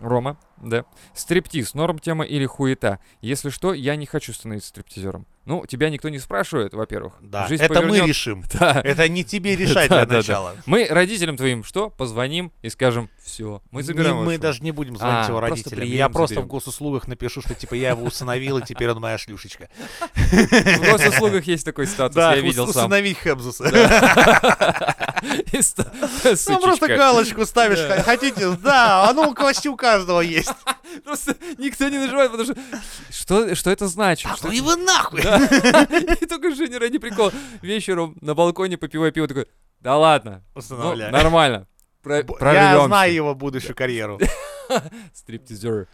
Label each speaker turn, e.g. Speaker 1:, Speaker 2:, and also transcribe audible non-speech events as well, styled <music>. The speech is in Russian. Speaker 1: Рома, да. Стриптиз, норм тема или хуета? Если что, я не хочу становиться стриптизером. Ну, тебя никто не спрашивает, во-первых.
Speaker 2: Да,
Speaker 1: Жизнь
Speaker 2: это мы
Speaker 1: повернет-
Speaker 2: решим.
Speaker 1: <laughs> Да.
Speaker 2: Это не тебе
Speaker 1: <laughs>
Speaker 2: решать
Speaker 1: Да,
Speaker 2: для
Speaker 1: да, да.
Speaker 2: начала.
Speaker 1: Мы родителям твоим что? Позвоним и скажем, все, мы забираем.
Speaker 2: Не-
Speaker 1: вашего». <laughs>
Speaker 2: мы даже не будем звонить
Speaker 1: А,
Speaker 2: его
Speaker 1: просто
Speaker 2: родителям. Я
Speaker 1: приедем,
Speaker 2: просто
Speaker 1: заберем.
Speaker 2: в госуслугах напишу, что типа я его усыновил, и теперь он моя
Speaker 1: <laughs>
Speaker 2: шлюшечка.
Speaker 1: В госуслугах есть такой статус, я
Speaker 2: ус-
Speaker 1: видел сам.
Speaker 2: усыновить Хебзуса. <laughs>
Speaker 1: <laughs> И ста-
Speaker 2: Ну просто
Speaker 1: сучечка.
Speaker 2: галочку ставишь,
Speaker 1: Да.
Speaker 2: хотите, да, а ну почти у каждого есть.
Speaker 1: <laughs> Просто никто не нажимает, потому что что, что это значит?
Speaker 2: А
Speaker 1: Что <laughs>
Speaker 2: ну
Speaker 1: это-
Speaker 2: его нахуй!
Speaker 1: Да. И только Женя ради прикола вечером на балконе попивая пиво такой, да ладно, ну,
Speaker 2: Усыновляю.
Speaker 1: нормально, про-
Speaker 2: Я
Speaker 1: прорвёмся».
Speaker 2: знаю его будущую карьеру.
Speaker 1: Стриптизер.